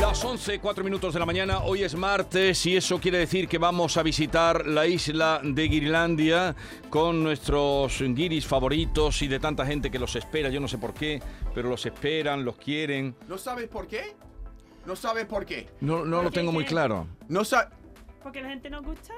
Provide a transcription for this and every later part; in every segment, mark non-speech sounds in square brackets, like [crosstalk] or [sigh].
Las 11, 4 minutos de la mañana, hoy es martes y eso quiere decir que vamos a visitar la isla de Guirlandia con nuestros guiris favoritos y de tanta gente que los espera, yo no sé por qué, pero los esperan, los quieren. ¿No sabes por qué? ¿No sabes por qué? No, no lo tengo muy claro. No sa- Porque la gente nos gusta.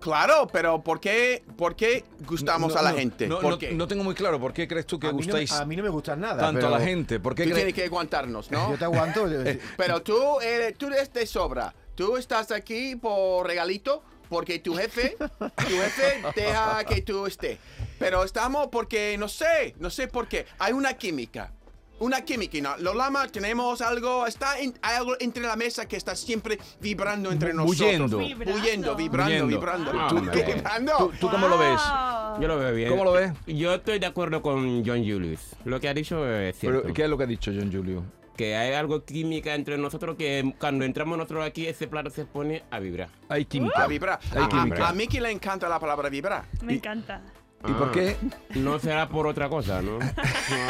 Claro, pero ¿por qué, por qué gustamos No, a la no, gente? No, ¿Por no- qué? no tengo muy claro por qué crees tú que a mí no me- gustáis a mí no me gustan nada. tanto a pero la gente. ¿Por qué Tú crees- tienes que aguantarnos, ¿no? [laughs] Yo te aguanto. [laughs] yo- Pero tú eres, tú eres de sobra. Tú estás aquí por regalito porque tu jefe, tu jefe deja que tú estés. Pero estamos porque no sé, no sé por qué. Hay una química. Una química, ¿no? Los lamas tenemos algo, está en- hay algo entre la mesa que está siempre vibrando entre nosotros. Huyendo. Huyendo, vibrando, Huyendo. vibrando. Ah, ¿Tú, hombre. vibrando. Ah. ¿Tú, tú cómo lo ves? Wow. Yo lo veo bien. ¿Cómo lo ves? Yo estoy de acuerdo con John Julius. Lo que ha dicho es cierto. Pero, ¿Qué es lo que ha dicho John Julio? Que hay algo química entre nosotros que cuando entramos nosotros aquí, ese plato se pone a vibrar. Hay química. A vibrar. Hay A- a- química. a Mickey le encanta la palabra vibrar. Me encanta. ¿Y Ah. por qué? [laughs] No será por otra cosa, ¿no?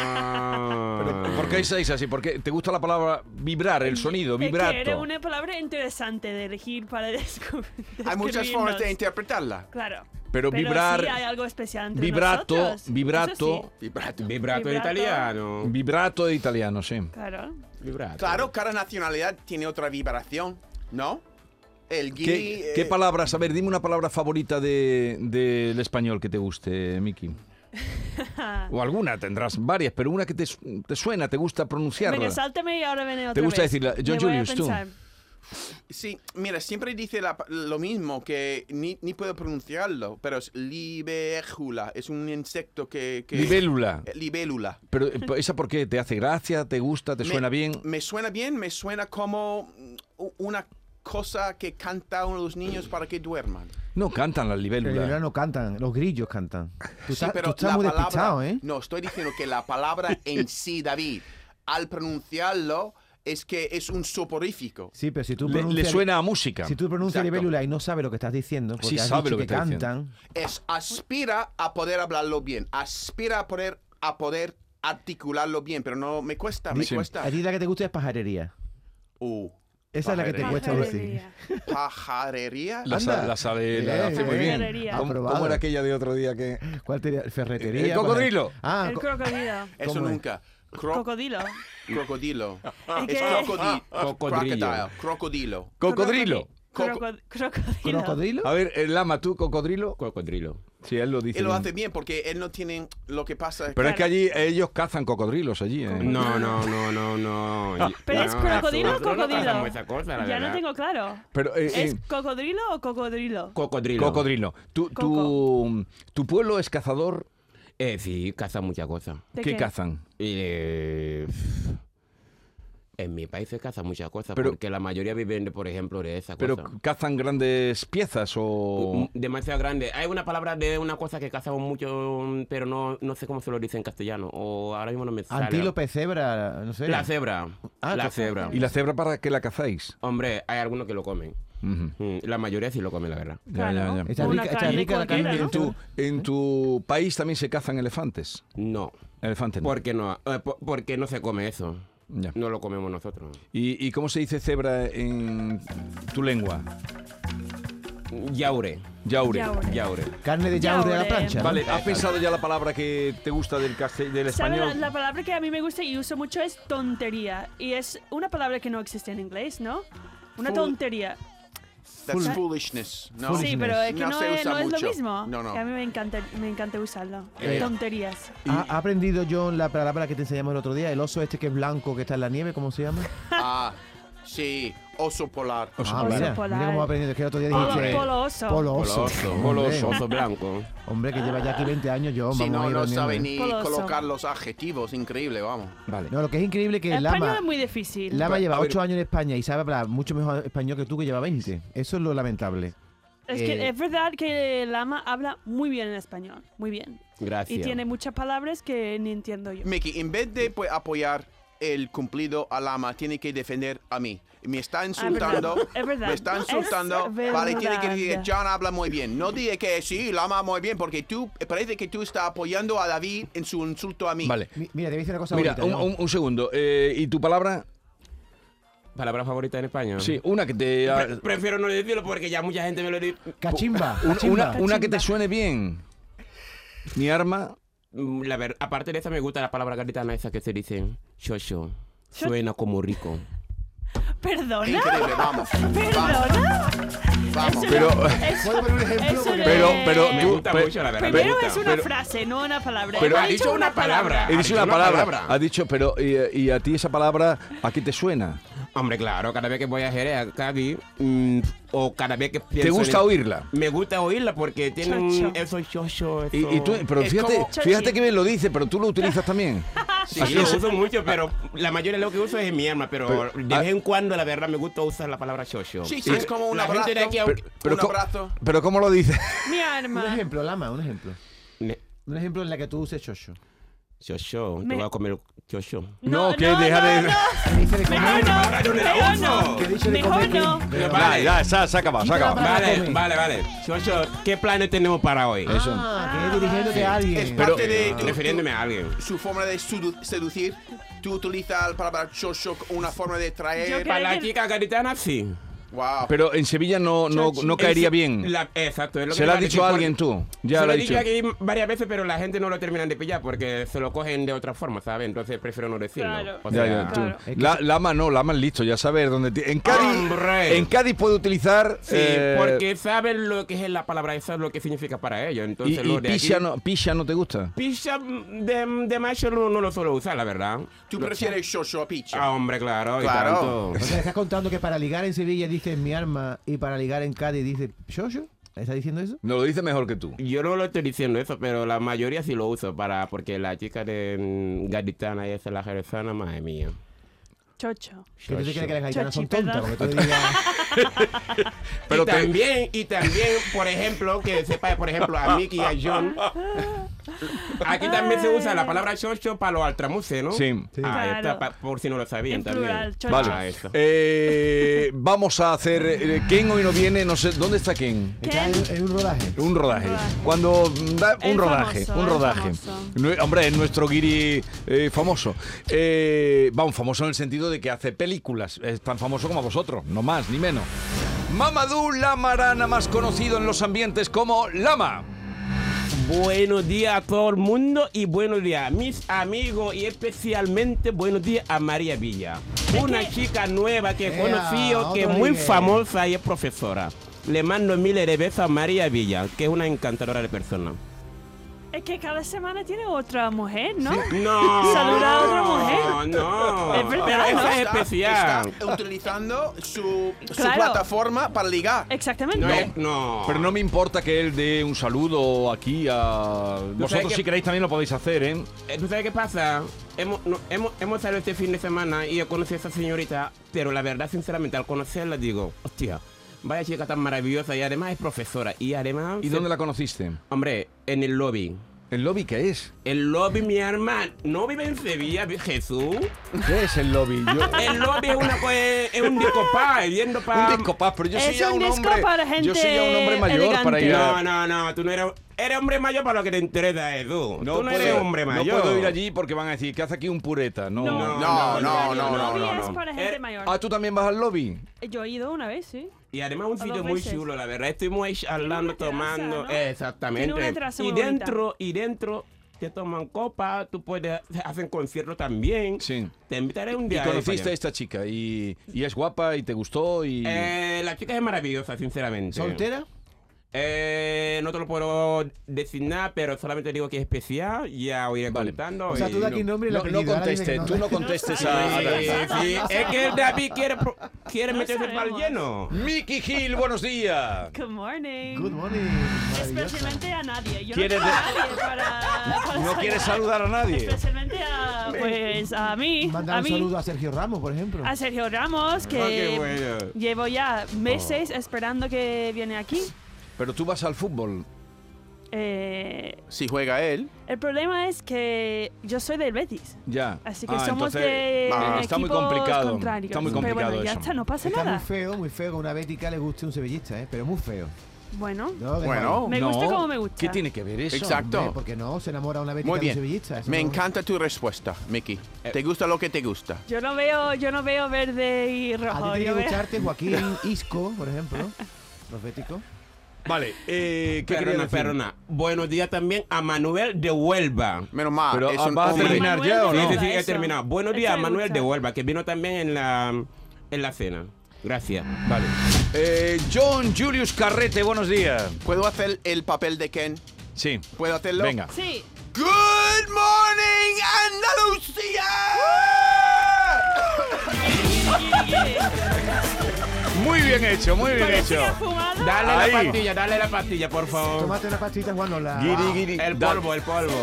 Ah. ¿Por qué estáis así? Porque te gusta la palabra vibrar, el sonido, Es que era vibrato. una palabra interesante de elegir para [laughs] descubrir. Hay muchas formas de interpretarla. Claro. Pero vibrar- sí hay algo especial entre vibrato, nosotros. Eso vibrato. sí, Vibrato. Vibrato, en Vibrato. italiano. Vibrato de italiano, sí. Claro. [laughs] Vibrato. Claro, cada nacionalidad tiene otra vibración, ¿no? El gui... ¿Qué, eh, qué palabras? A ver, dime una palabra favorita de- del español que te guste, Miki. O alguna, tendrás varias, pero una que te, su- te suena, te gusta Venga, pronunciarla. sáltame y ahora viene otra gusta vez. decirla, John Me voy a Julius, tú. Eh, pensar. Sí, mira, siempre dice la- lo mismo, que ni, ni puedo pronunciarlo, pero es libérula. Es un insecto que... que Libélula. Eh, libélula. Pero eh, po- esa por qué te hace gracia, te gusta, te Me- suena bien. Me suena bien, me suena como mm, u- una cosa que canta uno de los niños para que duerman. No cantan las Pero los libélulas. no cantan, los grillos cantan. Tú Sí, estás, pero tú estás la muy palabra- despistado, ¿eh? No, estoy diciendo que la palabra en sí, David, al pronunciarlo, es que es un soporífico. Sí, pero si tú Le, le pronuncias. suena a música. Si tú pronuncias Exacto. libélula y no sabes lo que estás diciendo, porque Sí has sabe dicho lo que que, está diciendo. cantan. Es aspira a poder hablarlo bien, aspira a poder, a poder articularlo bien, pero no me cuesta, me Dice- cuesta. A ti la que te gusta es pajarería. Uh, Esa es la que te Pajarería. cuesta decir. Pajarería. pajarería. La, sa- Anda. Eh, la sabe, la Bien, hace muy bien. bien. Galería. ¿Cómo, Aprobado. cómo era aquella de otro día que...? ¿Cuál te diría? Ferretería. El cocodrilo. pajarería. Ah, El co- crocodilo. Eso ¿Cómo es? nunca. Cro- Cocodilo. [laughs] crocodilo. Es Es que- crocodi- Cocodrillo. crocodile, crocodilo. Cocodrilo. Crocodi- crocodilo. ¿Crocodrilo? A ver, eh, Lama, tú, cocodrilo. Cocodrilo. Sí, él lo dice. Él lo bien. hace bien porque él no tiene lo que pasa. Pero es que Claro. allí ellos cazan cocodrilos allí. ¿eh? No, no, no, no, no. Pero No, es crocodilo o nosotros no cocodrilo. cazamos esa cosa, la ya no verdad. tengo claro. Pero, eh, ¿Es eh, cocodrilo o cocodrilo? Cocodrilo. Cocodrilo. ¿Tu, tu, tu pueblo es cazador? Eh, sí, caza muchas cosas. ¿De ¿Qué cazan? Eh, en mi país se caza muchas cosas, Pero- porque la mayoría viven, de, por ejemplo, de esa ¿Pero cosa. cazan grandes piezas o...? Mm, Demasiado grande. Hay una palabra de una cosa que cazamos mucho, mm, pero no, no sé cómo se lo dice en castellano. O ahora mismo no Ah, me sale. Antílope, cebra, no sé. La cebra. Ah, la caza- cebra. ¿Y la cebra para qué la cazáis? Hombre, hay algunos que lo comen. Ujú. Mm, La mayoría sí lo comen, la verdad. Ya, Claro. ya, ya. Está Una rica, está carne rica la cualquiera, carne. ¿no? de ¿Tú, ¿En tu país también se cazan elefantes? No. Elefantes. no. ¿Por qué no? Eh, po- Porque no se come eso. Ya. No lo comemos nosotros. ¿Y, y cómo se dice cebra en tu lengua? Yaure. Yaure. Yaure. Yaure. Carne de yaure a la Yaure. plancha. ¿no? Vale, ¿has pensado ya la palabra que te gusta del, castell- del ¿Sabes? La, español? la palabra que a mí me gusta y uso mucho es tontería. Y es una palabra que no existe en inglés, ¿no? Una Fool. tontería. That's Full- foolishness. Ah, No. Sí, pero es que no, No se es, usa no es mucho. lo mismo. No, no. Y a mí me encanta, me encanta usarlo. Eh, Tonterías. ¿Ha, ha aprendido John la palabra que te enseñamos el otro día? El oso este que es blanco, que está en la nieve, ¿cómo se llama? Ah, sí, oso polar. ah, polar. mira, Oso polar. mira cómo ha aprendido. Es que el otro día Polo, dijiste... polo oso. eh, Polo Pues oso. Poloso. Hombre, Poloso. Oso blanco. Hombre, que lleva ya aquí 20 años John. Si vamos a no, ir no al nieve. sabe ni Poloso. colocar los adjetivos, increíble, vamos. Vale. No, lo que es increíble es que El español eh, Lama... es muy difícil. Lama lleva A ver. 8 años en España y sabe hablar mucho mejor español que tú, que lleva 20. Eso es lo lamentable. es que eh, es verdad que Lama habla muy bien en español. Muy bien. Gracias. Y tiene muchas palabras que ni entiendo yo. Mickey, en vez de pues, apoyar el cumplido alama, tiene que defender a mí. Me está verdad, insultando. Ah, es verdad. Me está Es insultando. vale, tiene que decir, verdad. John habla muy bien. No diga que sí, Lama muy bien, porque tú parece que tú estás apoyando a David en su insulto a mí. Vale. Mi- Mira, te voy a decir una cosa Mira, bonita. un, John. un- un segundo. eh, ¿Y tu palabra? ¿Palabra favorita en español? Sí, una que te... Pre- prefiero no decirlo porque ya mucha gente me lo dice. Cachimba, una- cachimba. una, una que te suene bien. Mi arma... Mm, La ver- aparte de esa, me gusta la palabra gaditana esa que se dice. Shosho. Suena como rico. ¿Perdona? Increíble, vamos. Vamos, ¿Perdona? vamos. Eso Pero- no- eso- ¿Puedo poner un ejemplo? eso Porque- no Pero, es- pero Me tú- gusta pe- mucho, la verdad. Primero me es gusta. una pero- frase, no una palabra. Pero Él ha dicho una palabra. He Ha dicho dicho una una palabra. palabra. Ha dicho, pero... Y, y a ti esa palabra, ¿a qué te suena? Hombre, claro, cada vez que voy a Jerez, acá aquí, mm, o cada vez que pienso... ¿Te en- gusta oírla? Me gusta oírla porque tiene Chocho. un... Eso chocho, Y, y tú, eso- pero Es fíjate, como- fíjate que bien lo dice, pero tú lo utilizas [laughs] también. Sí, lo uso mucho, pero la mayoría de lo que uso es mi arma, pero, Pero- de ah. vez en cuando, la verdad, me gusta usar la palabra chocho. Sí, sí, es como un la abrazo. gente de aquí, aunque- Pero, un co- abrazo. pero ¿cómo lo dice? [laughs] Mi Un arma. ejemplo, Lama, un ejemplo. Me- Un ejemplo en la que tú uses chocho. Chocho, Me- te voy a comer chocho. No, que deja de- no. Que dice de Mejor comer. no. Mejor no. Que dice de Mejor comer. no. que- de- Vale. Ya, ya, se, ha- se ha acabado, se ha acabado. Para Vale, comer. vale, vale. Chocho, ¿qué planes tenemos para hoy? Eso. Ah, que es dirigiéndote a alguien. Es Pero- parte de tu- Refiriéndome a alguien. tu- su forma de sedu- seducir. Tú utilizas la palabra chocho, una forma de Yo traer. creo- Para la que- chica gaditana, sí. Wow. Pero en Sevilla no, no, no caería Ese- bien. la- exacto. Es lo que Se lo iba has dicho a decir, alguien tú. se Ya lo lo has he dicho dicho. aquí varias veces, pero la gente no lo terminan de pillar porque se lo cogen de otra forma, ¿sabes? Entonces prefiero no decirlo. Claro. O Ya, sea, ya, tú. Claro. La, Lama no, Lama es listo, ya sabes dónde ti- En Cádiz, ¡Hombre! en Cádiz puede utilizar. Sí, eh, porque saben lo que es la palabra, esa es lo que significa para ellos. Entonces, Y, lo y de aquí- pilla, no, pilla no te gusta. Pizza de, de macho no, no lo suelo usar, la verdad. Tú prefieres chocho a picha. Ah, hombre, claro. y Claro. tanto. O sea, ¿estás contando que para ligar en Sevilla dices mi arma y para ligar en Cádiz dices chocho? ¿Estás diciendo eso? No lo dice mejor que tú. Yo no lo estoy diciendo eso, pero la mayoría sí lo uso para porque la chica de mm, gaditana y esa la jerezana, madre mía. Chocho. Que tú te crees que las gaitanas Chochi, son tontas, perdón. porque tú digas... Pero y te- también, y también, por ejemplo, que sepa, por ejemplo, a Mickey y a John. Aquí también se usa la palabra chocho para los altramuses, ¿no? Sí. Sí. Ah, esta Claro. pa- por si no lo sabían En también. plural, chocho. Vale. Ah, eso. Eh, vamos a hacer. eh, Ken hoy no viene, no sé. ¿Dónde está Ken? Está en, en un rodaje. Un rodaje. Un rodaje. Cuando da un El rodaje, famoso, un el rodaje. famoso. Nue- Hombre, es nuestro guiri eh, famoso. Eh, vamos, famoso en el sentido de que hace películas. Es tan famoso como vosotros, no más ni menos. Mamadou Lamarana, más conocido en los ambientes como Lama. Buenos días a todo el mundo y buenos días a mis amigos y especialmente buenos días a María Villa, una chica nueva que he Eh, Ea, conocido, que es otro muy nivel. famosa y es profesora. Le mando miles de besos a María Villa, que es una encantadora de persona. Es que cada semana tiene otra mujer, ¿no? No, Saluda a otra mujer. No, Es verdad, Pero ¿no? esa es Está- especial. está utilizando su, su Claro. plataforma para ligar. Exactamente. No, es- no. Pero no me importa que él dé un saludo aquí a. Vosotros, que- si queréis, también lo podéis hacer, ¿eh? Eh, ¿Tú sabes qué pasa? Hemos, no, hemos, hemos salido este fin de semana y yo conocí a esa señorita, pero la verdad, sinceramente, al conocerla digo, hostia, vaya chica tan maravillosa y además es profesora y además... ¿Y dónde la conociste? Hombre, en el lobby. ¿El lobby qué es? El lobby, mi hermano, no vive en Sevilla, vi- Jesús. ¿Qué es el lobby? Yo- [laughs] El lobby es, una, co- es es un disco pa, yendo Un pa... disco paz, pero yo Es soy ya un un, disco hombre. para gente yo soy ya un hombre mayor para ir a. No, no, no, tú no eres... Eres hombre mayor para lo que te interesa, Pues Jesús. tú no eres puedo- hombre no mayor. puedo ir allí porque van a decir que hace aquí un pureta. No. No. no, no, no, El lobby no, es no. para gente Eh, mayor. Ah, tú también vas al lobby. Yo he ido una vez, sí. Y además un A sitio dos muy veces. chulo, la verdad. Estuvimos ahí charlando, terraza, tomando. ¿no? Exactamente. Tiene una terraza y muy dentro, y dentro te toman copa, tú puedes, eh, hacen conciertos también. Sí. Te invitaré un Y día. conociste a este para allá. esta chica y, y es guapa y te gustó y. Eh, la chica es maravillosa, sinceramente. ¿Soltera? Eh, no te lo puedo decir nada, pero solamente digo que es especial. Ya os iré Vale. contando. O sea, y- tú de aquí nombre y la no, no contestes, tú no contestes a. a Sí, David. [laughs] sí. Es que David quiere, pro- quiere No meterse para el sabemos. lleno. Mickey Gil, buenos días. Good morning. Good morning. Maravillosa. Especialmente a nadie. Yo no ¿Quieres quiero a nadie para, para [laughs] No quieres saludar a nadie. Especialmente a, pues, a mí. Mandar a un mí. saludo a Sergio Ramos, por ejemplo. A Sergio Ramos, que Ah, qué bueno. Oh. llevo ya meses esperando que viene aquí. Pero tú vas al fútbol. Eh, Si juega él. el problema es que yo soy del Betis. Ya. Así que Ah, somos entonces, de ah, está muy equipos complicado. contrarios. Está muy Pero complicado bueno, ya eso. está, no pasa Está muy nada. feo, muy feo que una bética le guste un sevillista, ¿eh? Pero muy feo. Bueno, No, que Bueno. me gusta como me gusta. ¿Qué tiene que ver eso? Exacto. no, hombre, porque no se enamora una bética Muy de un bien. sevillista. eso Me no- encanta tu respuesta, Mickey. Eh. ¿Te gusta lo que te gusta? Yo no veo, yo no veo verde y rojo. A ti tiene Yo que veo... gustarte Joaquín Isco, por ejemplo. Los béticos. Vale, eh, ¿qué quería Perrona, decir? perrona. Buenos días también a Manuel de Huelva. Menos mal. Pero, es ah, un ¿vas a hombre. terminar? Manuel ya o de no? Sí, Huelva, sí, sí, he eso. terminado. Buenos Ese días a me Manuel gusta. de Huelva, que vino también en la, en la cena. Gracias. Vale. Eh, John Julius Carrete, buenos días. ¿Puedo hacer el papel de Ken? Sí. ¿Puedo hacerlo? Venga. Sí, Good morning, Andalucía. Muy bien hecho, muy bien parece hecho. que ha fumado. Dale Ahí. la pastilla, dale la pastilla, por favor. Tómate una pastita, Juan, no la... Guiri, guiri. El Da- polvo, el polvo.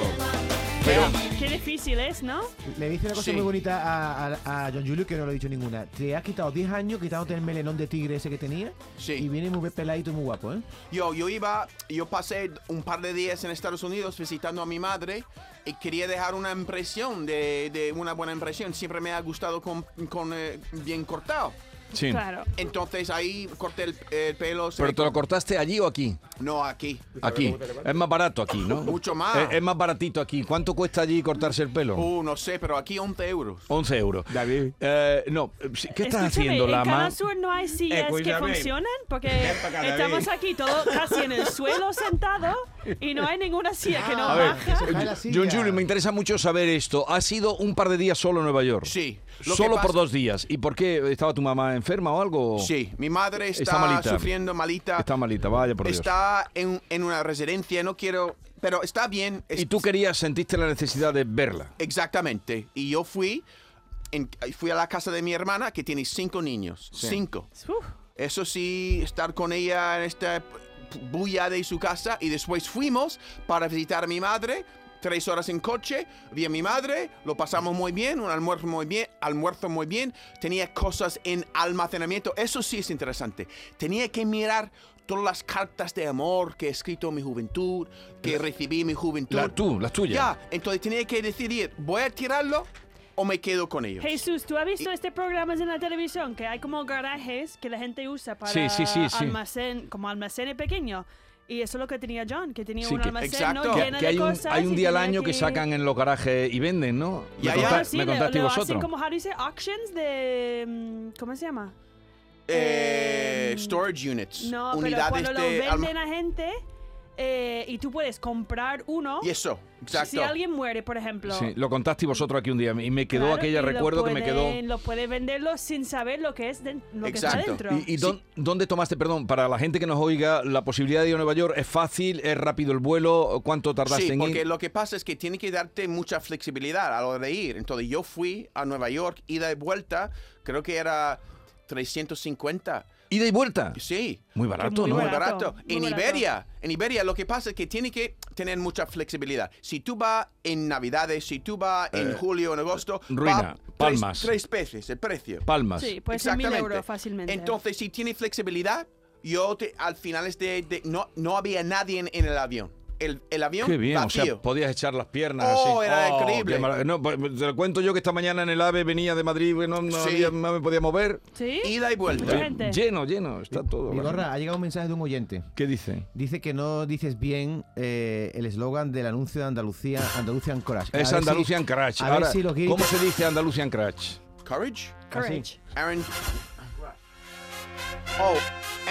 Qué difícil es, ¿no? Le dice una cosa Sí. muy bonita a, a- a John Julio que no lo he dicho ninguna. Te has quitado 10 años quitándote el melenón de tigre ese que tenía. Sí. Y viene muy peladito y muy guapo, ¿eh? Yo, yo iba, yo pasé un par de días en Estados Unidos visitando a mi madre y quería dejar una impresión, de, de una buena impresión. Siempre me ha gustado con, con, eh, bien cortado. Sí. Claro. Entonces ahí corté el, el pelo. se ¿Pero me- te lo cortaste allí o aquí? No, aquí. Aquí. Es más barato aquí, ¿no? Eh, Mucho más. Es, es más baratito aquí. ¿Cuánto cuesta allí cortarse el pelo? Uh, no sé, pero aquí 11 euros. 11 euros. David. Eh, no, eh, ¿qué estás Escúchame, haciendo, en Lama? Canal Sur no hay sillas que Escúchame. funcionan porque Ven pa' acá, David. estamos aquí todo casi en el suelo sentado y no hay ninguna silla que no A ver, baja. Se cae la silla. John Julio, me interesa mucho saber esto. ¿Has sido un par de días solo en Nueva York? Sí. Lo que Solo por pasa- dos días. ¿Y por qué? ¿Estaba tu mamá enferma o algo? Sí, mi madre está, Oh. Está malita. sufriendo malita. Está malita, vaya por Dios. Está en, en una residencia, no quiero... Pero está bien. es- Y tú querías, sentiste la necesidad de verla. Exactamente. Y yo fui, en- fui a la casa de mi hermana que tiene cinco niños. Cinco. Uf, Eso sí, estar con ella en esta p- bulla de su casa. Y después fuimos para visitar a mi madre. Tres horas en coche, vi a mi madre, lo pasamos muy bien, un almuerzo muy bien, almuerzo muy bien, tenía cosas en almacenamiento, eso sí es interesante. Tenía que mirar todas las cartas de amor que he escrito en mi juventud, que recibí en mi juventud. La, tú, la tuya. Ya, entonces tenía que decidir, ¿voy a tirarlo o me quedo con ellos? Jesús, ¿tú has visto este programa en la televisión que hay como garajes que la gente usa para Sí, sí, sí, sí. almacén, como almacenes pequeños? Y eso es lo que tenía John, que tenía Sí, un que- almacén exacto. ¿no? Que, lleno que de hay, un, cosas hay un y día al tenía año que... que sacan en los garajes y venden, ¿no? Ya, me, conta- ya. Claro, sí, me le- contaste lo hacen vosotros. como, ¿cómo dice? Auctions de... mm, ¿Cómo se llama? Eh, Em, storage units, No, pero unidades cuando lo de... alma- venden a gente eh, y tú puedes comprar uno. y eso, exacto. Oh. Si alguien muere, por ejemplo. Sí, lo contaste vosotros aquí un día y me quedó claro, aquella y lo recuerdo que me quedó. pueden- Lo puede venderlo sin saber lo que es den- lo que Exacto. está dentro. ¿Y, y dón- dónde tomaste, perdón, para la gente que nos oiga, la posibilidad de ir a Nueva York? ¿Es fácil? ¿Es rápido el vuelo? ¿Cuánto tardaste Sí, en porque ir? lo que pasa es que tiene que darte mucha flexibilidad a lo de ir. Entonces yo fui a Nueva York, ida y vuelta, creo que era 350. ¿Ida y vuelta? Sí. Muy barato, Muy ¿no? Muy barato. barato. muy en barato. Iberia, en Iberia lo que pasa es que tiene que tener mucha flexibilidad. Si tú vas en Navidades, si tú vas en julio o en agosto, Eh, ruina, va tres- palmas. Tres, veces el precio. Palmas. Sí, puede ser mil euros fácilmente. Entonces, si tiene flexibilidad, yo te- al final es de, de- no, no había nadie en, en el avión. El, el avión Qué bien, vacío. o sea, podías echar las piernas Oh, así. era qué increíble. marav- No, pues, te lo cuento yo que esta mañana en el AVE venía de Madrid, no, no Sí. había- no me podía mover. ¿Sí? Ida y vuelta. Mucha gente. Lleno, lleno, está todo. Vigorra, ha llegado un mensaje de un oyente. ¿Qué dice? Dice que no dices bien eh, el eslogan del anuncio de Andalucía, Andalucian Courage. A Es ver si- Andalusian Crash. A ver Ahora, si lo ¿Cómo guiris- se dice Andalusian Crash? Courage. Courage. Aaron. Oh,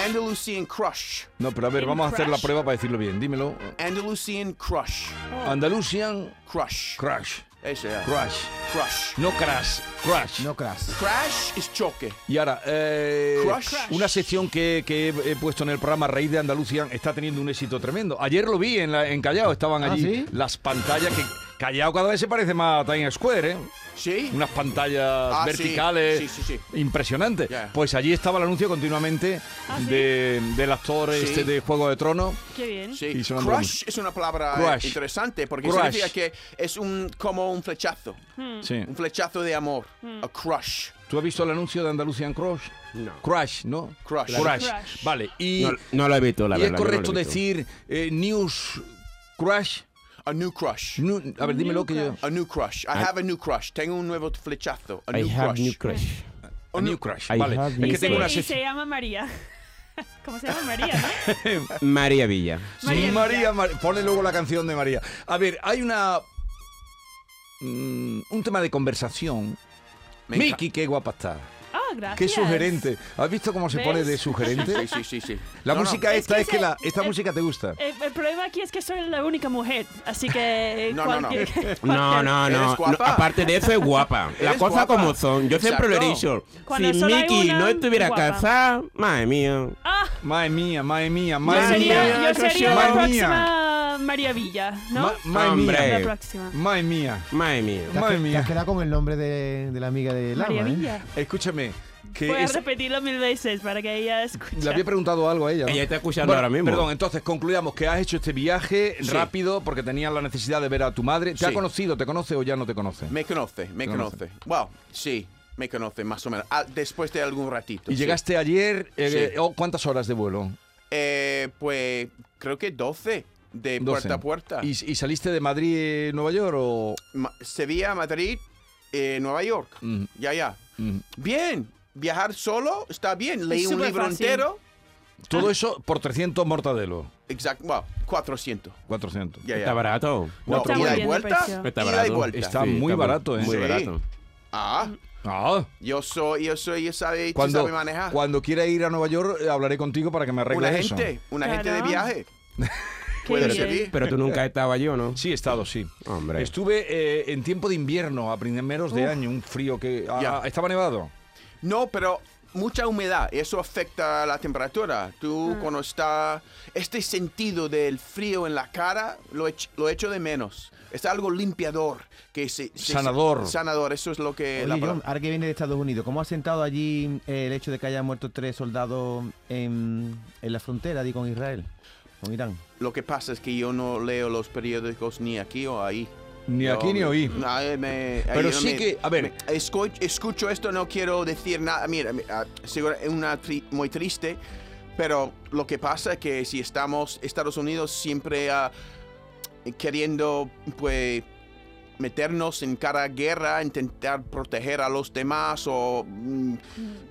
Andalusian Crush. No, pero a ver, In vamos a hacer la crash. prueba para decirlo bien. Dímelo. Andalusian Crush. Andalusian Crush. Crash. Ese era. Crash. Crush. No crash. Crash. No crash. Crash es choque. Y ahora, eh, Crush. una sección que, que he, he puesto en el programa Raíz de Andalucía está teniendo un éxito tremendo. Ayer lo vi en, la- en Callao, estaban Ah, allí ¿sí? las pantallas que Callao cada vez se parece más a Times Square, ¿eh? ¿Sí? unas pantallas Ah, sí. verticales Sí, sí, sí. impresionantes. Ya. Pues allí estaba el anuncio continuamente Ah, ¿sí? de- del actor Sí. este de Juego de Tronos. Qué bien. Sí. Y son Crush es una palabra eh, Crush. interesante porque Crush. significa que es un como un flechazo. Mm. Sí. Un flechazo de amor. A crush. ¿Tú has visto el anuncio de Andalusian Crush? No. Crash, ¿no? Crush. Crash. Crush. Vale, y, No, no lo he visto, la y verdad. es yo no lo he correcto visto. decir eh, News Crush. A new crush. nu- a ver, dímelo que yo. A new crush. I have a new crush. Tengo un nuevo flechazo. A new I have crush. new crush. A new crush. I Vale. have Es new que Y se, tengo una y sesión. se llama María. [laughs] ¿Cómo se llama María? no? María Villa. María, María, María, María. Mar- ponle luego la canción de María. A ver, hay una. mm, un tema de conversación. Me Miki, qué guapa está. Ah, gracias. Qué sugerente. ¿Has visto cómo se ¿Ves? pone de encanta. [laughs] sugerente? Sí, sí, sí, sí. La No, no. música Es esta que es que ese- la, esta eh, música te gusta. El, el problema aquí es que soy la única mujer, así que No, no, no. cualquier, No, cualquier- no, no. ¿Eres guapa? No, Aparte de eso, [laughs] es guapa. Las Eres cosas guapa. como son. Yo siempre lo he Exacto. dicho. Cuando si solo hay Mickey una, no estuviera guapa. casada, madre mía. Ah, Madre mía, madre mía, yo madre mía. sería, yo Madre sería mía. la próxima María Villa, ¿no? Ma- madre mía. la eh. próxima. Madre mía. Madre mía. Te has Madre que- te mía. has quedado con el nombre de, de la amiga de Lama. María ¿eh? Villa. Escúchame. Que Voy a Eh, es- repetirlo mil veces para que ella escuche. le había preguntado algo a ella. ¿no? Ella está escuchando Bueno, ahora mismo. Perdón, entonces concluyamos que has hecho este viaje Sí. rápido porque tenías la necesidad de ver a tu madre. ¿Te ha Sí. conocido? ¿Te conoce o ya no te conoce? Me conoce, me Te conoce. Wow, sí, me conoce más o menos. Ah, después de algún ratito. Y sí. llegaste ayer, eh, Sí. oh, ¿cuántas horas de vuelo? Eh, pues creo que 12 de 12. puerta a puerta. Ah. ¿Y, y saliste de Madrid, eh, Nueva York o...? Ma- Sevilla, Madrid, eh, Nueva York. Mm, Ya, ya. mm. Bien, viajar solo está bien. Leí un súper libro fácil. entero. Todo eso por 300 mortadelos. Exacto, wow, 400. 400. Ya, Está ya. barato. No, Cuatro ida muy y bien de vuelta. precio. Está ida y barato. vuelta. Está muy bu- barato, ¿eh? Muy Sí. barato. Ah, Ah, yo soy, yo soy, yo sabe, tú cuando, sabes manejar. cuando quiera ir a Nueva York eh, hablaré contigo para que me una arregles eso. gente, una gente de Claro. viaje. [laughs] Qué Puede bien. servir. Pero tú nunca estabas yo, ¿no? Sí, he estado, sí. Hombre. Estuve eh, en tiempo de invierno, a primeros de año, un frío que... ah, Ya. ¿Estaba nevado? No, pero mucha humedad, eso afecta la temperatura. Tú cuando está este sentido del frío en la cara, lo, ech- lo echo de menos. Es algo limpiador, que se, se- Sanador. sanador, eso es lo que... Oye, Eh, la John, palabra- ahora que viene de Estados Unidos, ¿cómo ha sentado allí eh, el hecho de que hayan muerto tres soldados en, en la frontera di, con Israel, con Irán? lo que pasa es que yo no leo los periódicos ni aquí o ahí. Ni Yo- aquí ni oí. No, eh, me- Pero ahí no sí me- que- a ver. me- escu- escucho, esto, no quiero decir nada. Mira, mi- ah, segura- es una tri- muy triste, pero lo que pasa es que si estamos, Estados Unidos siempre ah, queriendo, pues meternos en cada guerra, intentar proteger a los demás o mm,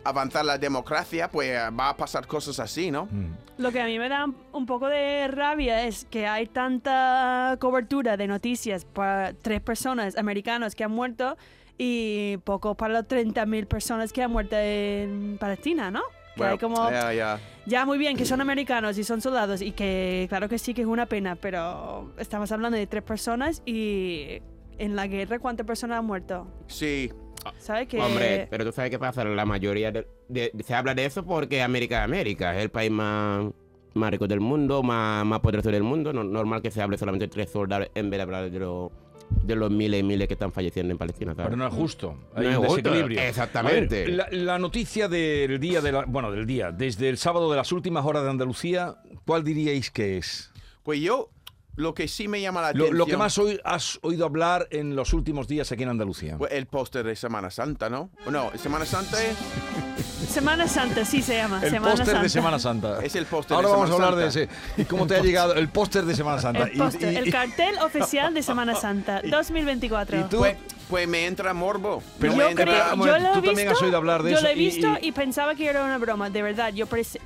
avanzar la democracia, pues ah, va a pasar cosas así, ¿no? Mm. Lo que a mí me da un poco de rabia es que hay tanta cobertura de noticias para tres personas americanos que han muerto y poco para las 30.000 personas que han muerto en Palestina, ¿no? Que Bueno, hay como, eh, ya, ya. ya muy bien, que son americanos y son soldados y que claro que sí que es una pena, pero estamos hablando de tres personas y en la guerra cuántas personas han muerto. Sí, ¿Sabes que Hombre, pero tú sabes qué pasa. La mayoría de, de- se habla de eso porque América es América. Es el país más, más rico del mundo, más, más poderoso del mundo. No- normal que se hable solamente de tres soldados en vez de hablar de, los- de los miles y miles que están falleciendo en Palestina. ¿sabes? Pero no es justo. No Hay es un justo, desequilibrio. exactamente. A ver, la, la noticia del día, de la- bueno, del día, desde el sábado de las últimas horas de Andalucía, ¿cuál diríais que es? pues yo lo que sí me llama la Lo, atención... lo que más hoy has oído hablar en los últimos días aquí en Andalucía. Pues el póster de Semana Santa, ¿no? No, Semana Santa es, Semana Santa, sí se llama. el Semana póster Santa. de Semana Santa. Es el póster Ahora de vamos Semana a hablar Santa. de ese. ¿Y cómo te ha llegado el póster de Semana Santa? El Y- póster, y- el y- cartel oficial [laughs] de Semana Santa 2024. y tú- pues, pues me entra morbo. Pero me yo, Ah, bueno, entra... creo- espera, un Eh, yo momento, lo he tú también visto, has oído hablar de yo eso lo he y- visto y- y, pensaba que era una broma, de verdad. Yo, prese-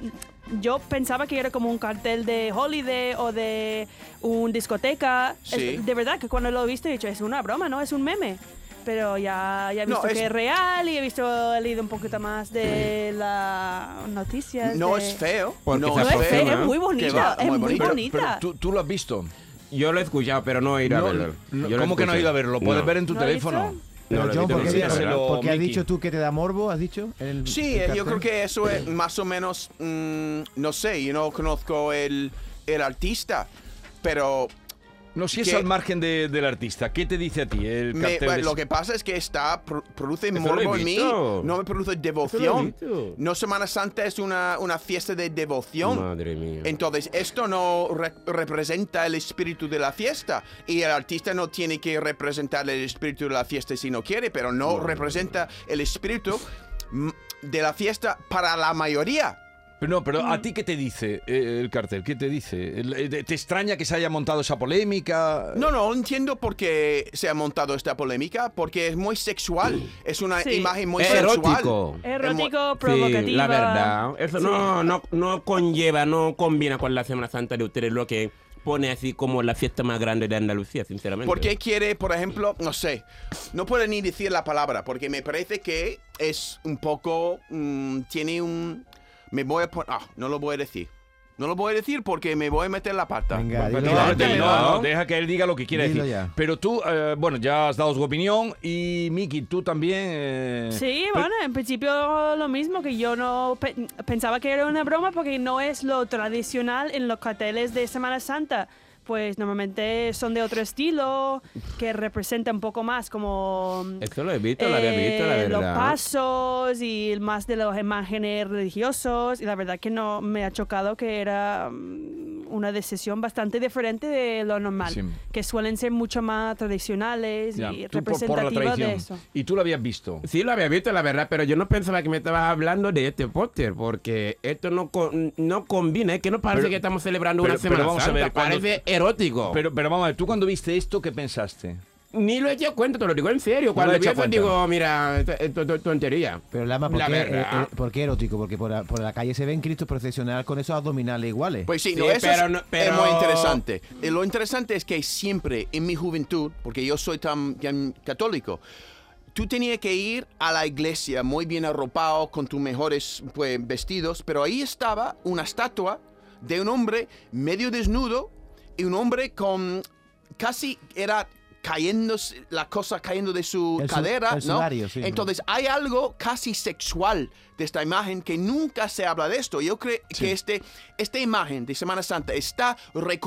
yo pensaba que era como un cartel de Holiday o de un discoteca. Es- Sí. de verdad que cuando lo he visto he dicho, es una broma, ¿no? Es un meme. Pero ya, ya he No, visto es- que es real y he visto, he leído un poquito más de las noticias. No de- es feo. Porque no se No es feo, feo, es ¿no? muy Que bonita, va, es muy muy, bonita. Pero- bonita. pero tú, tú lo has visto. Yo lo he escuchado, pero no he ido No, a verlo. no, Yo lo ¿Cómo que no has ido a escuchado. verlo? Puedes No. ver en tu ¿No lo has teléfono. visto? Pero, No, lo he John, visto, ¿por qué, lo he visto, porque- dígaselo, ¿verdad? porque has Miki. dicho tú que te da morbo? ¿Has dicho? El- Sí, eh, el yo cartel. creo que eso es más o menos, mm, no sé, yo no conozco el, el artista, pero No, si es ¿Qué? al margen de- del artista. ¿Qué te dice a ti el me- cartel? de- lo que pasa es que está pro- produce Eso lo he morbo en mí, visto. no me produce devoción. No Semana Santa es una, una fiesta de devoción. Madre mía. Entonces, esto no re- representa el espíritu de la fiesta y el artista no tiene que representar el espíritu de la fiesta si no quiere, pero no representa el espíritu mm, de la fiesta para la mayoría. Pero no, pero a ti qué te dice eh, el cartel, qué te dice. El- eh, ¿Te extraña que se haya montado esa polémica? No, no, entiendo por qué se ha montado esta polémica, porque es muy sexual. Es una Sí. imagen muy Es sexual. erótico. Erótico, provocativo. Sí, la verdad. Eso no, no, no conlleva, no combina con la Semana Santa de ustedes, lo que pone así como la fiesta más grande de Andalucía, sinceramente. ¿Por qué quiere, por ejemplo, no sé, no puedo ni decir la palabra, porque me parece que es un poco, mm, tiene un, me voy a poner, ah, no lo voy a decir. No lo voy a decir porque me voy a meter la pata. Venga, Pero dilo no, ya, no, dilo. no, no, deja que él diga lo que quiere Dilo decir. ya. Pero tú, eh, bueno, ya has dado tu opinión y Miki, tú también. eh, Sí, pero- bueno, en principio lo mismo, que yo no pe- pensaba que era una broma porque no es lo tradicional en los carteles de Semana Santa. Pues normalmente son de otro estilo, que representa un poco más como... Eso lo he visto, lo había visto, la eh, los verdad. pasos y más de los imágenes religiosos. Y la verdad que no me ha chocado que era mm, una decisión bastante diferente de lo normal, Sí. que suelen ser mucho más tradicionales ya, y tú por- por la representativas de traición. eso. Y tú lo habías visto. Sí, lo había visto, la verdad, pero yo no pensaba que me estabas hablando de este póster, porque esto no, con- no combina, es que no parece Pero- que estamos celebrando pero- una pero Semana vamos a Santa, ver, cuando- parece erótico. Pero, pero vamos a ver, tú cuando viste esto, ¿qué pensaste? Ni lo he hecho cuenta, te lo digo en serio. lo he Cuando hecho vi eso cuenta. digo, mira, esto esto- esto es tontería. Pero Lama, ¿por, La qué, verdad. eh, eh, por qué erótico? Porque por, la- por la calle se ven Cristos procesional con esos abdominales iguales. Pues sí, Sí, no, eso pero es, no- es pero- muy interesante. Y lo interesante es que siempre en mi juventud, porque yo soy tan, tan católico, tú tenías que ir a la iglesia muy bien arropado, con tus mejores pues, vestidos, pero ahí estaba una estatua de un hombre medio desnudo y un hombre con casi era cayéndose, la cosa cayendo de su El su- cadera, el ¿no? sudario, sí. Entonces, entonces, hay algo casi sexual de esta imagen que nunca se habla de esto. Yo creo que este, esta imagen de Semana Santa está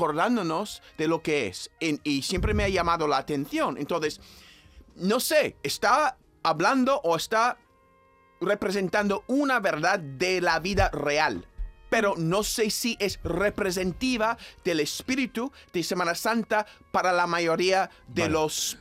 recordándonos de lo que es. En- y siempre me ha llamado la atención. Entonces, no sé, está hablando o está representando una verdad de la vida real. Pero no sé si es representativa del espíritu de Semana Santa para la mayoría de Vale. los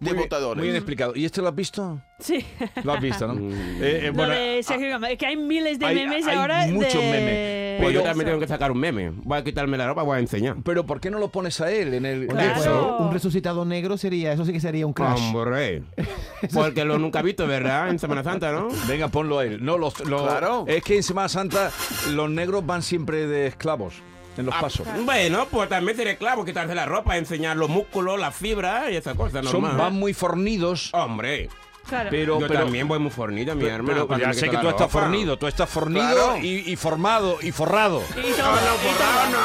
Muy bien- devotadores. Muy bien explicado. ¿Y este lo has visto? Sí. Lo has visto, ¿no? Eh, eh, Lo bueno, de Sergio Gama, es que hay miles de hay- memes hay ahora. muchos de- memes, Pues yo de también eso. tengo que sacar un meme. Voy a quitarme la ropa, voy a enseñar. pero ¿por qué no lo pones a él en el... Oye, Claro. pues, un resucitado negro sería, eso sí que sería un crash. Hombre. [laughs] Porque lo nunca he visto, ¿verdad? En Semana Santa, ¿no? Venga, ponlo a él. No, los, los- Claro. Es que en Semana Santa los negros van siempre de esclavos en los pasos. Bueno, pues también seré clavo, quitarse la ropa, enseñar los músculos, las fibras y esas cosas, Son, normal. van muy fornidos, Hombre. Claro. pero... yo pero- también voy muy fornido, mi pero- hermano. pero para ya me sé quito que la tú estás ropa. fornido, tú estás fornido Claro. y, y formado y forrado. Y todo, y todo.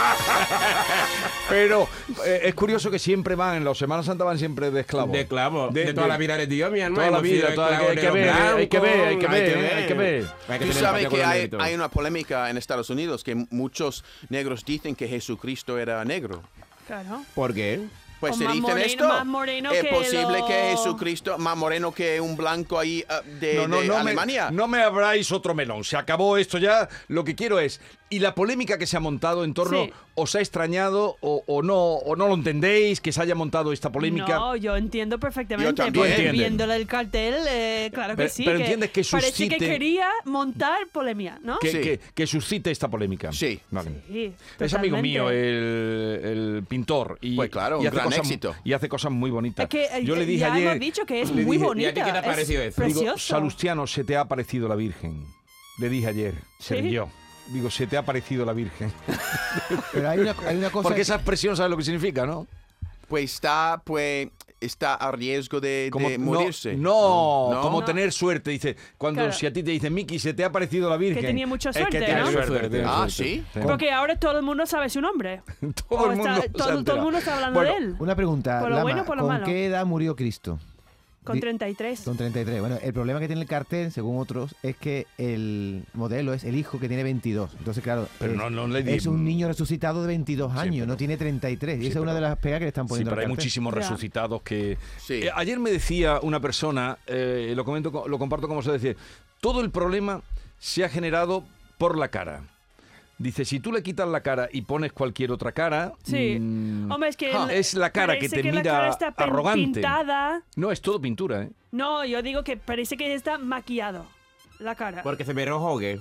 Pero eh, es curioso que siempre van, en la Semana Santa van siempre de esclavos. De clavo. De, toda la vida de Dios, mi hermano. Toda la Hemos sido vida, toda- esclavos hay de que los ver, hay que ver, hay que blancos, ver, hay que ver. Hay que Tú tener sabes empatía con que los hay, ¿eh? negritos. hay una polémica en Estados Unidos que muchos negros dicen que Jesucristo era negro. Claro. ¿Por qué? Pues O se más dicen moreno- esto. más moreno es que posible lo- que Jesucristo, más moreno que un blanco ahí ah, de, No, no, de no me- Alemania. no me abráis otro melón. Se acabó esto ya. Lo que quiero es. Y la polémica que se ha montado en torno. Sí. ¿Os ha extrañado o, o no o no lo entendéis que se haya montado esta polémica? No, yo entiendo perfectamente. Yo también. porque Entienden. Viéndole el cartel, eh, claro Pero- que sí. pero entiendes que Parece suscite- que quería montar polemia, ¿no? Que, Sí. que- que suscite esta polémica. Sí. Vale. Sí, Es amigo totalmente. mío, eh, el, el pintor. Y, Pues claro, y un hace gran cosas- éxito. Y hace cosas muy bonitas. Es que eh, Yo le dije ya ayer. hemos dicho que es le muy dije- ¿y bonita. a ti qué te ha es parecido eso? Digo, Precioso. Salustiano, se te ha aparecido la Virgen. Le dije ayer. Se Sí. rió. Digo, se te ha aparecido la Virgen. Pero hay una, hay una [laughs] cosa... Porque que- esa expresión, ¿sabes lo que significa, no? Pues está, pues, está a riesgo de, Como, de no, morirse. No, ¿No? como No. tener suerte. Dice, cuando Claro. si a ti te dicen, Miki, se te ha aparecido la Virgen. tenía mucha es suerte, que tienes ¿no? suerte, tienes Ah, suerte. ¿sí? Porque ahora todo el mundo sabe su nombre. [laughs] todo, O el está- mundo se todo- ha todo el enterado. mundo está hablando Bueno, de él. Una pregunta, Por lo Lama, bueno, por lo ¿con malo. qué edad murió Cristo? Con Di- 33. Con 33. Bueno, el problema que tiene el cartel, según otros, es que el modelo es el hijo que tiene 22. Entonces, claro, Pero es, no- no le di- es un niño resucitado de 22 años, no tiene 33. Y esa es una de las pegas que le están Sí, poniendo pero al hay cartel. muchísimos Ya. resucitados que... Sí. Eh, ayer me decía una persona, eh, lo, comento, co- lo comparto como se dice, todo el problema se ha generado por la cara. Dice, si tú le quitas la cara y pones cualquier otra cara... Sí. mm, Hombre, es que. ja, el- es la cara que parece te la mira cara está pen- arrogante. pintada. No, es todo pintura, ¿eh? No, yo digo que parece que está maquillado la cara. Porque se me rojogue.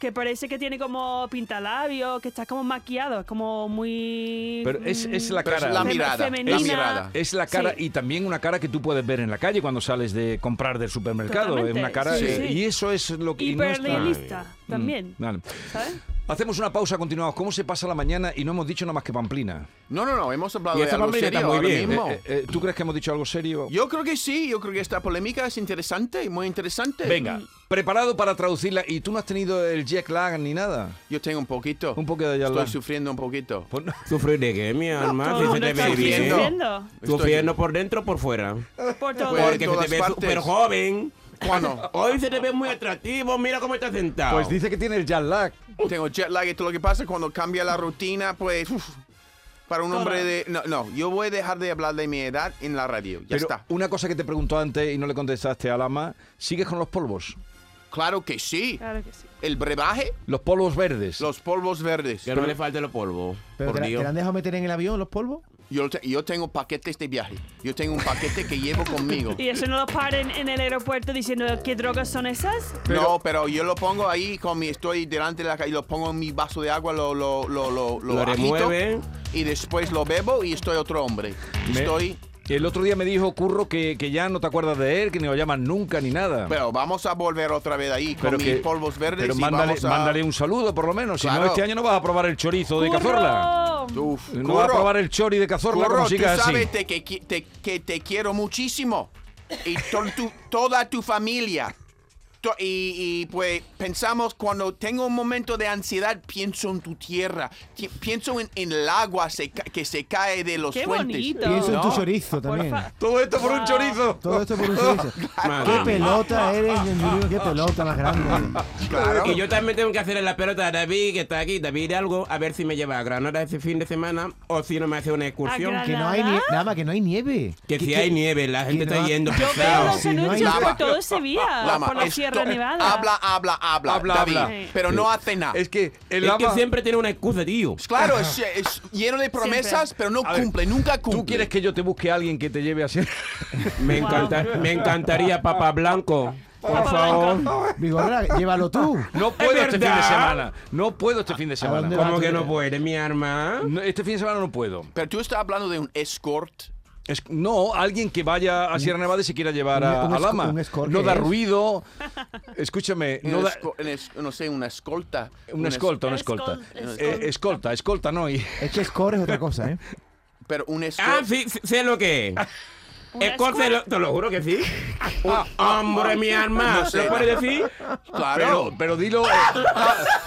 que parece que tiene como pintalabios, que está como maquillado, es como muy... Pero es- es la mm, cara. la fem- mirada, femenina. la mirada. Es la cara Sí. y también una cara que tú puedes ver en la calle cuando sales de comprar del supermercado. Es Totalmente, una cara sí, eh, sí. y eso es lo que y no está- Hiperrealista también, Mm, vale. ¿sabes? Hacemos una pausa, continuamos. ¿Cómo se pasa la mañana y no hemos dicho nada más que pamplina? No, no, no, hemos hablado Y de esta algo pamplina está serio muy ahora bien, mismo. Eh, oh. eh, ¿Tú crees que hemos dicho algo serio? Yo creo que sí, yo creo que esta polémica es interesante, muy interesante. Venga, preparado para traducirla y tú no has tenido el jet lag ni nada. Yo tengo un poquito. Un poco de jet Estoy lag. sufriendo un poquito. Pues no. Sufrir de qué, mi alma, Todo si el se mundo te está ve sufriendo. bien. sufriendo Estoy- Sufriendo por dentro o por fuera. por todo. Pues- Porque se todas te ve partes. súper joven. [laughs] Bueno, Hoy se te ve muy atractivo, mira cómo estás sentado. Pues dice que tiene el jet lag. tengo jet lag y todo lo que pasa cuando cambia la rutina, pues. uf, para un hombre de. No, no, yo voy a dejar de hablar de mi edad en la radio. Ya Pero está. una cosa que te preguntó antes y no le contestaste a Lama, ¿sigues con los polvos? Claro que sí. Claro que sí. El brebaje, Los polvos verdes. los polvos verdes. que no le falte los polvos. ¿Pero te, por la- Dios. te la han dejado meter en el avión los polvos? Yo, te- yo tengo paquetes de viaje. Yo tengo un paquete que llevo conmigo. Y eso no lo paren en el aeropuerto diciendo qué drogas son esas. no, pero yo lo pongo ahí con mi. Estoy delante de la calle, lo pongo en mi vaso de agua, lo, lo, lo, lo, Lo agito, remueve. Y después lo bebo y estoy otro hombre. Me- Estoy. El otro día me dijo Curro que, que ya no te acuerdas de él, que ni lo llamas nunca ni nada. Pero vamos a volver otra vez ahí con mis que- polvos verdes. pero y mándale, vamos a- mándale un saludo por lo menos. Si no, Claro. este año no vas a probar el chorizo de cazorla. ¡Curro! Uf, No Curro, vas a probar el chori de cazorla Curro, como tú sigas así. sabes te- que, qui- te, que te quiero muchísimo. Y to- tu- toda tu familia. To- y, y, pues pensamos, cuando tengo un momento de ansiedad, pienso en tu tierra. Ti- Pienso en, en el agua se ca- que se cae de los ¡Qué fuentes. bonito! Pienso en tu No. chorizo también. Porfa. Todo esto [laughs] por un Wow. chorizo. Todo [laughs] esto por un chorizo. Madre Ah, ¡Qué mía. pelota eres, Ñenguillo, ¡Qué pelota más grande! Claro. Y yo también tengo que hacer en la pelota a David, que está aquí. David, algo, a ver si me lleva a Granada ese fin de semana o si no me hace una excursión. Granada. Que no hay nieve. Nada más, que no hay nieve. Que si hay nieve, la que gente no está ha- yendo Yo veo pesado. los Sí, no hay anuncios nada. por todo Sevilla, Lama, Ah, por la esto- Sierra eh, Nevada. Habla, habla, habla. Habla, David, habla. Pero no hace nada. Es que el Es que ama- siempre tiene una excusa, tío. claro, es, es lleno de promesas, pero no A ver, cumple, nunca cumple. ¿Tú quieres que yo te busque a alguien que te lleve así? Me, encanta, me encantaría Papa Blanco. Por Papa favor. Vigorra, llévalo tú. No puedo este fin de verdad? semana. No puedo este fin de dónde semana. vas? ¿Cómo que no puede, mi arma? No, este fin de semana no puedo. Pero tú estás hablando de un escort. Es- no, alguien que vaya a Sierra Nevada y se quiera llevar a, Un- un a esco- Lama. un escort, no ¿qué da es? ruido. Escúchame, no Un da- esco- un es- no sé, una escolta. Una escolta, una Escol- escolta. escol- Eh, escolta, escolta, no. Y, [laughs] Es que score es otra cosa, ¿eh? es- Pero un Ah, escolta. sí, sí, sé lo que Ah. es. ¿Una Escort, escort? se lo- te lo juro que sí. Ah. Hombre, mi arma. No sé. ¿Lo puedes decir? [laughs] Claro. pero, pero dilo. eh,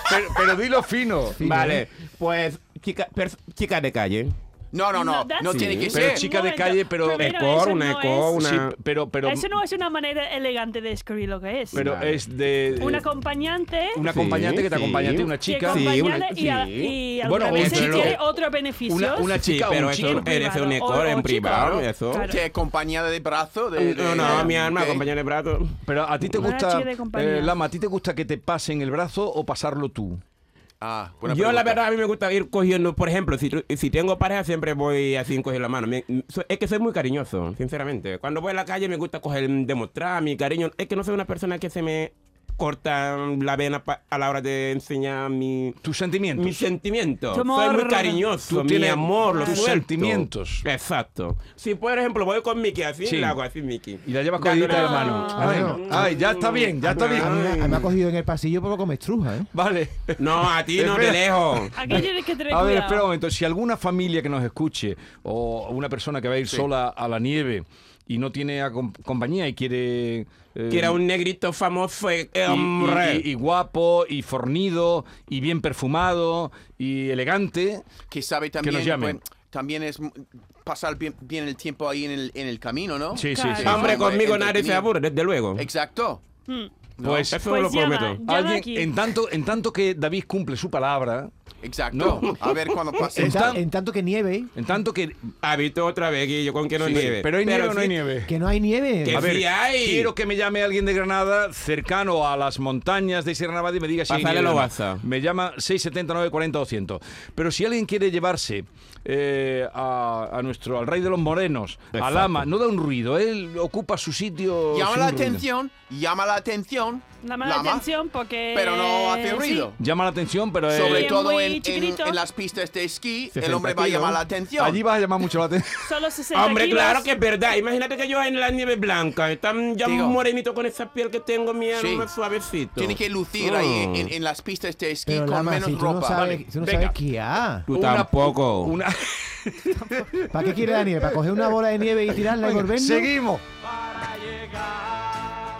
pero, pero dilo fino. Sí, Vale, pues chica, pers- chica de calle. no, no, no. No, that's- tiene que pero ser. chica de calle, pero- Primero, Escort, eso una no escort, es- una- Sí, pero, pero, Eso no es una manera elegante de describir lo que es. pero Vale. es de. un eh, acompañante un Sí, acompañante que te sí. acompaña a ti, una que chica. Sí, acompaña una- y, a- sí. y Bueno, alguna o vez si entre tiene los- otros beneficios. Una, una Sí, chica, pero un chico. eso chico. eres un En privado, escort o- en o privado, chica. eso. Claro. Que acompañada de brazo. De, No, de- no, mi arma, ok. compañero de brazo. Pero a ti te Una gusta. chica de compañía. eh, Lama, ¿a ti te gusta que te pasen el brazo o pasarlo tú? Ah, Yo buena la pregunta. verdad a mí me gusta ir cogiendo, por ejemplo, si, si tengo pareja siempre voy así cogiendo la mano. Me- so- es que soy muy cariñoso, sinceramente. Cuando voy a la calle me gusta coger, demostrar mi cariño. Es que no soy una persona que se me corta la vena pa- a la hora de enseñar mi, Tus sentimientos. mis sentimientos. Tu Soy amor. muy cariñoso, Tú mi tienes amor, los tus sentimientos. Exacto. Si por ejemplo voy con Mickey así, Sí. le hago así Mickey. Y la llevas Dándole cogidita de la mano. Ay, Bueno. ay, ya está bien, ya está A mí, me- a bien. mí me ha cogido en el pasillo por poco me estruja, ¿eh? Vale. No, a ti no te Espera. [laughs] lejos. Aquí tienes que tener A ver, espera cuidado. un momento. Si alguna familia que nos escuche o una persona que va a ir sola a la nieve y no tiene acom- compañía y quiere... eh, Que era un negrito famoso. eh, y- hombre. y- y- y guapo, y fornido, y bien perfumado, y elegante. Que sabe también. nos llamen. pues, también es mm, pasar bien, bien el tiempo ahí en el, en el camino, ¿no? Sí, sí, sí. Claro. Hombre, Hombre, conmigo entretenido. nadie se aburre, desde luego. Exacto. Mm. Pues, Eso Pues lo llama, prometo. llama alguien, aquí. en tanto, en tanto que David cumple su palabra, Exacto. No. A ver cuando pase. En, ta- Están- en tanto que nieve, en tanto que... Ha ah, visto otra vez, Guillo, con que no Sí, nieve. ¿Pero hay nieve o no hay sí- nieve? que no hay nieve. Que A ver, sí hay. quiero que me llame alguien de Granada, cercano a las montañas de Sierra Nevada y me diga si hay Pásale nieve o lo no. WhatsApp. Me llama 679 40 200. Pero si alguien quiere llevarse eh, a, a nuestro, al rey de los morenos, a Exacto. Lama, no da un ruido, él ocupa su sitio. Llama sin la ruido. atención, llama la atención atención. La mala llama, atención porque... Pero no hace sí. ruido. Llama la atención, pero eh, Sobre es todo muy en, en- chiquitito. en las pistas de esquí, 60 el hombre va a llamar la kilos. atención. allí vas a llamar mucho la atención. Solo 60 Hombre, kilos. claro que es verdad. Imagínate que yo en la nieve blanca, tan ya Digo. morenito con esa piel que tengo, mi Sí. alma suavecito. Tiene que lucir Oh. ahí en, en- en las pistas de esquí Pero con Lama, menos si tú ropa. no Vale, sabes, tú no venga. sabes esquiar. Tú Una- tampoco. Una... ¿Para qué quiere la nieve? ¿Para coger una bola de nieve y tirarla y volvernos? Seguimos.